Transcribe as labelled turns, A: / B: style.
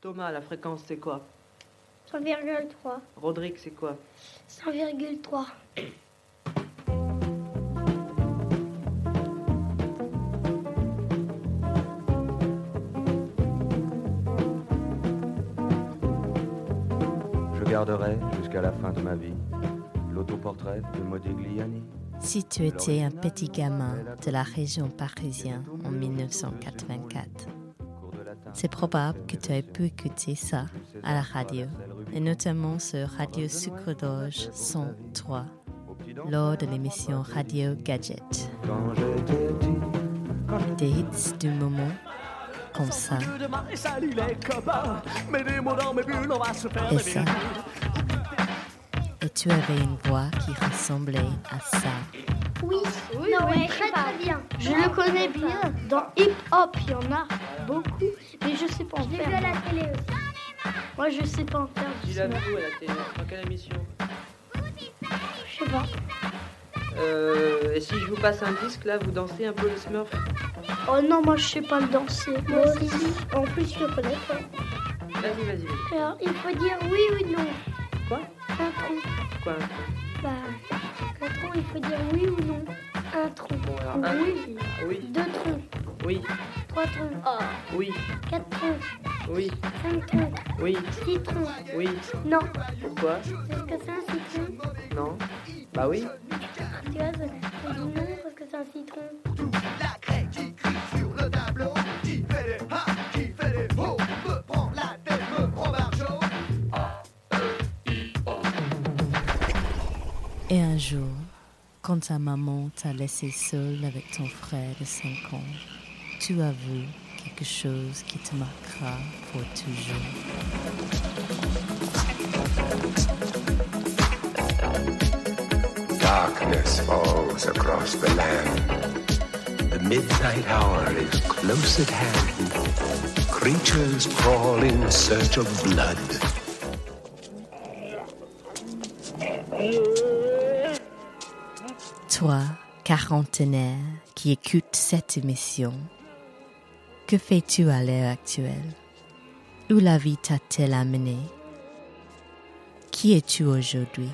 A: Thomas, la fréquence, c'est quoi
B: 100,3.
A: Rodrigue, c'est quoi
B: 100,3.
C: Je garderai jusqu'à la fin de ma vie l'autoportrait de Modigliani.
D: Si tu étais un petit gamin de la région parisienne en 1984, c'est probable que tu aies pu écouter ça à la radio, et notamment sur Radio Sucre d'Orge 103, lors de l'émission Radio Gadget.
C: Quand j'étais petit,
D: Des hits du moment, comme ça,
E: Que de marrer, salut les copains. Mets des mots dans mes bulles, on va se faire
D: et
E: des
D: ça.
E: virgules.
D: Et tu avais une voix qui ressemblait à ça.
B: Ah, Oui, non, ouais, très très bien. Je le connais bien. Dans hip-hop, il y en a beaucoup, mais je sais pas en faire. Je l'ai vu à la télé aussi. Moi, je sais pas en faire. du
A: Il a vu
B: cinéma.
A: où à la télé Dans quelle émission
B: Je sais pas.
A: euh, Et si je vous passe un disque, là, vous dansez un peu le smurf
B: Oh non, moi, je sais pas le danser. Moi aussi. En plus, je le connais pas.
A: Vas-y, vas-y. vas-y.
B: Alors, il faut dire oui ou non.
A: Quoi
B: Un tronc.
A: Quoi
B: Bah, un tronc, il faut dire oui ou non. Un tronc.
A: Bon, alors, un-
B: Oui.
A: Ah Oui,
B: Deux troncs.
A: oui,
B: Trois troncs.
A: oui,
B: Quatre troncs.
A: oui,
B: Cinq troncs.
A: oui,
B: Six troncs.
A: oui.
B: Non.
A: Pourquoi
B: Parce que c'est un citron.
A: Non Bah oui.
B: Tu vois, on dit non parce que c'est un citron.
E: La craie qui crie sur le tableau, qui fait les ha, qui fait les ho, me prend la tête, me prend Marjo.
D: Et un jour, quand ta maman t'a laissé seule avec ton frère de 5 ans, tu as vu quelque chose qui te marquera pour toujours.
F: Darkness falls across the land. The midnight hour is close at hand. Creatures crawl in search of blood.
D: Toi, quarantenaire, qui écoute cette émission, que fais-tu à l'heure actuelle Où la vie t'a-t-elle amené Qui es-tu aujourd'hui